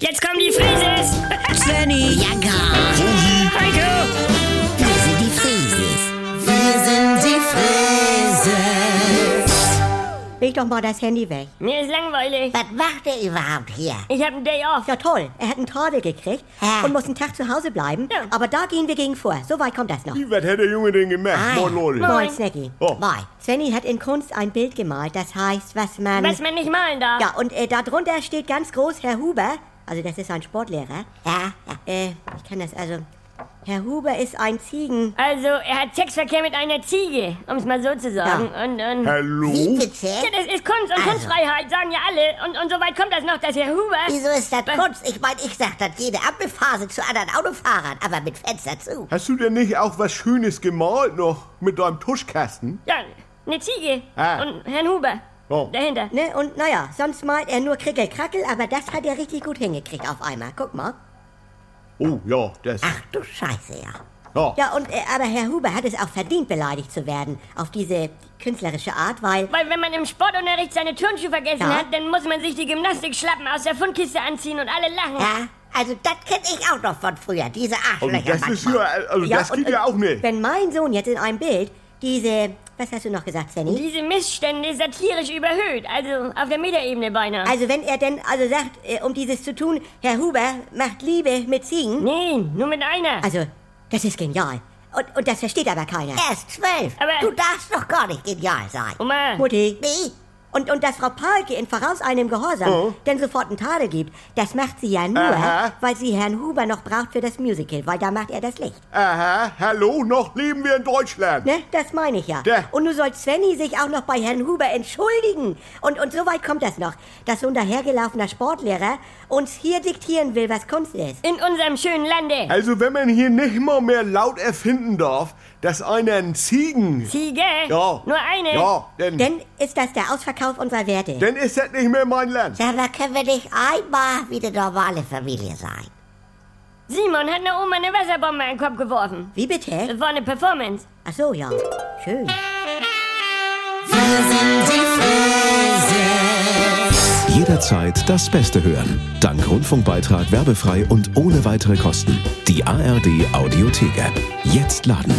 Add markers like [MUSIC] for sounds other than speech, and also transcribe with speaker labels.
Speaker 1: Jetzt kommen die Frises!
Speaker 2: [LAUGHS] Svenny,
Speaker 3: Ja, gar.
Speaker 1: Heiko!
Speaker 3: Wir sind die Frieses. Wir sind die Frieses.
Speaker 2: leg doch mal das Handy weg.
Speaker 1: Mir ist langweilig.
Speaker 3: Was macht ihr überhaupt hier?
Speaker 1: Ich hab einen Day off.
Speaker 2: Ja, toll. Er hat einen Tadel gekriegt
Speaker 3: Hä?
Speaker 2: und muss einen Tag zu Hause bleiben.
Speaker 1: Ja.
Speaker 2: Aber da gehen wir gegen vor. So weit kommt das noch.
Speaker 4: Was hat der Junge denn gemacht?
Speaker 3: Ah.
Speaker 4: Moin Leute.
Speaker 2: Moin, Snacky.
Speaker 4: Oh.
Speaker 3: Moin.
Speaker 2: Svenny hat in Kunst ein Bild gemalt, das heißt, was man...
Speaker 1: Was man nicht malen darf.
Speaker 2: ja, und äh, darunter steht ganz groß Herr Huber. Also das ist ein Sportlehrer.
Speaker 3: Ja, ja.
Speaker 2: Äh, ich kann das also... Herr Huber ist ein Ziegen...
Speaker 1: Also, er hat Sexverkehr mit einer Ziege, um's mal so zu sagen. Und, und.
Speaker 3: Wie
Speaker 4: Hallo?
Speaker 1: Ja,
Speaker 3: bitte?
Speaker 1: das ist Kunst und
Speaker 3: Also.
Speaker 1: Kunstfreiheit, sagen ja alle. Und, und so weit kommt das noch, dass Herr Huber.
Speaker 3: Wieso ist das Kunst? Ich meine, ich sag das jede Ampelphase zu anderen Autofahrern, aber mit Fenster zu.
Speaker 4: Hast du denn nicht auch was Schönes gemalt noch mit deinem Tuschkasten?
Speaker 1: Ja, eine Ziege.
Speaker 4: Ah.
Speaker 1: Und Herrn Huber.
Speaker 4: Oh.
Speaker 1: Dahinter.
Speaker 2: Ne, und naja, sonst malt er nur Krickelkrackel, aber das hat er richtig gut hingekriegt auf einmal. Guck mal.
Speaker 4: Oh, ja, das.
Speaker 3: Ach du Scheiße, ja.
Speaker 4: Ja. Also
Speaker 2: Ja, und äh, aber Herr Huber hat es auch verdient, beleidigt zu werden. Auf diese künstlerische Art, weil.
Speaker 1: Weil wenn man im Sportunterricht seine Turnschuhe vergessen
Speaker 2: Ja.
Speaker 1: hat, dann muss man sich die Gymnastikschlappen aus der Fundkiste anziehen und alle lachen.
Speaker 3: Ja, also das kenne ich auch noch von früher, diese
Speaker 4: Also
Speaker 3: Arschlöcher.
Speaker 4: das ist ja,
Speaker 3: manchmal.
Speaker 4: also das
Speaker 2: und,
Speaker 4: geht ja
Speaker 2: äh,
Speaker 4: auch nicht.
Speaker 2: Wenn mein Sohn jetzt in einem Bild diese. Was hast du noch gesagt, Svenny?
Speaker 1: Diese Missstände satirisch überhöht, also auf der Metaebene beinahe.
Speaker 2: Also, wenn er denn also sagt, äh, um dieses zu tun, Herr Huber macht Liebe mit Ziegen.
Speaker 1: Nein, nur mit einer.
Speaker 2: Also, das ist genial. Und, und das versteht aber keiner.
Speaker 3: Er ist zwölf.
Speaker 1: Aber-
Speaker 3: Du darfst doch gar nicht genial sein.
Speaker 1: Oma,
Speaker 2: Mutti.
Speaker 3: Nee,
Speaker 2: Und, und dass Frau Palke in voraus einem Gehorsam denn sofort einen Tadel gibt, das macht sie ja nur,
Speaker 4: Oh. Aha.
Speaker 2: weil sie Herrn Huber noch braucht für das Musical, weil da macht er das Licht.
Speaker 4: Aha, hallo, noch leben wir in Deutschland.
Speaker 2: Ne, das meine ich ja.
Speaker 4: Ja.
Speaker 2: Und nun soll Svenny sich auch noch bei Herrn Huber entschuldigen. Und, und so weit kommt das noch, dass so ein dahergelaufener Sportlehrer uns hier diktieren will, was Kunst ist.
Speaker 1: in unserem schönen Lande.
Speaker 4: Also wenn man hier nicht mal mehr laut erfinden darf, dass einer einen Ziegen...
Speaker 1: Ziege?
Speaker 4: Ja.
Speaker 1: Nur eine?
Speaker 4: Ja, denn,
Speaker 2: Denn ist das der Ausverkauf unserer Werte.
Speaker 4: denn ist das nicht mehr mein Land.
Speaker 3: sag mal, können wir nicht einmal wie eine normale Familie sein?
Speaker 1: Simon hat einer Oma eine Wasserbombe in den Kopf geworfen.
Speaker 2: Wie bitte?
Speaker 1: Das war eine Performance.
Speaker 2: Ach so, ja. Schön.
Speaker 5: Jederzeit das Beste hören. Dank Rundfunkbeitrag werbefrei und ohne weitere Kosten. Die ARD Audiothek App. Jetzt laden.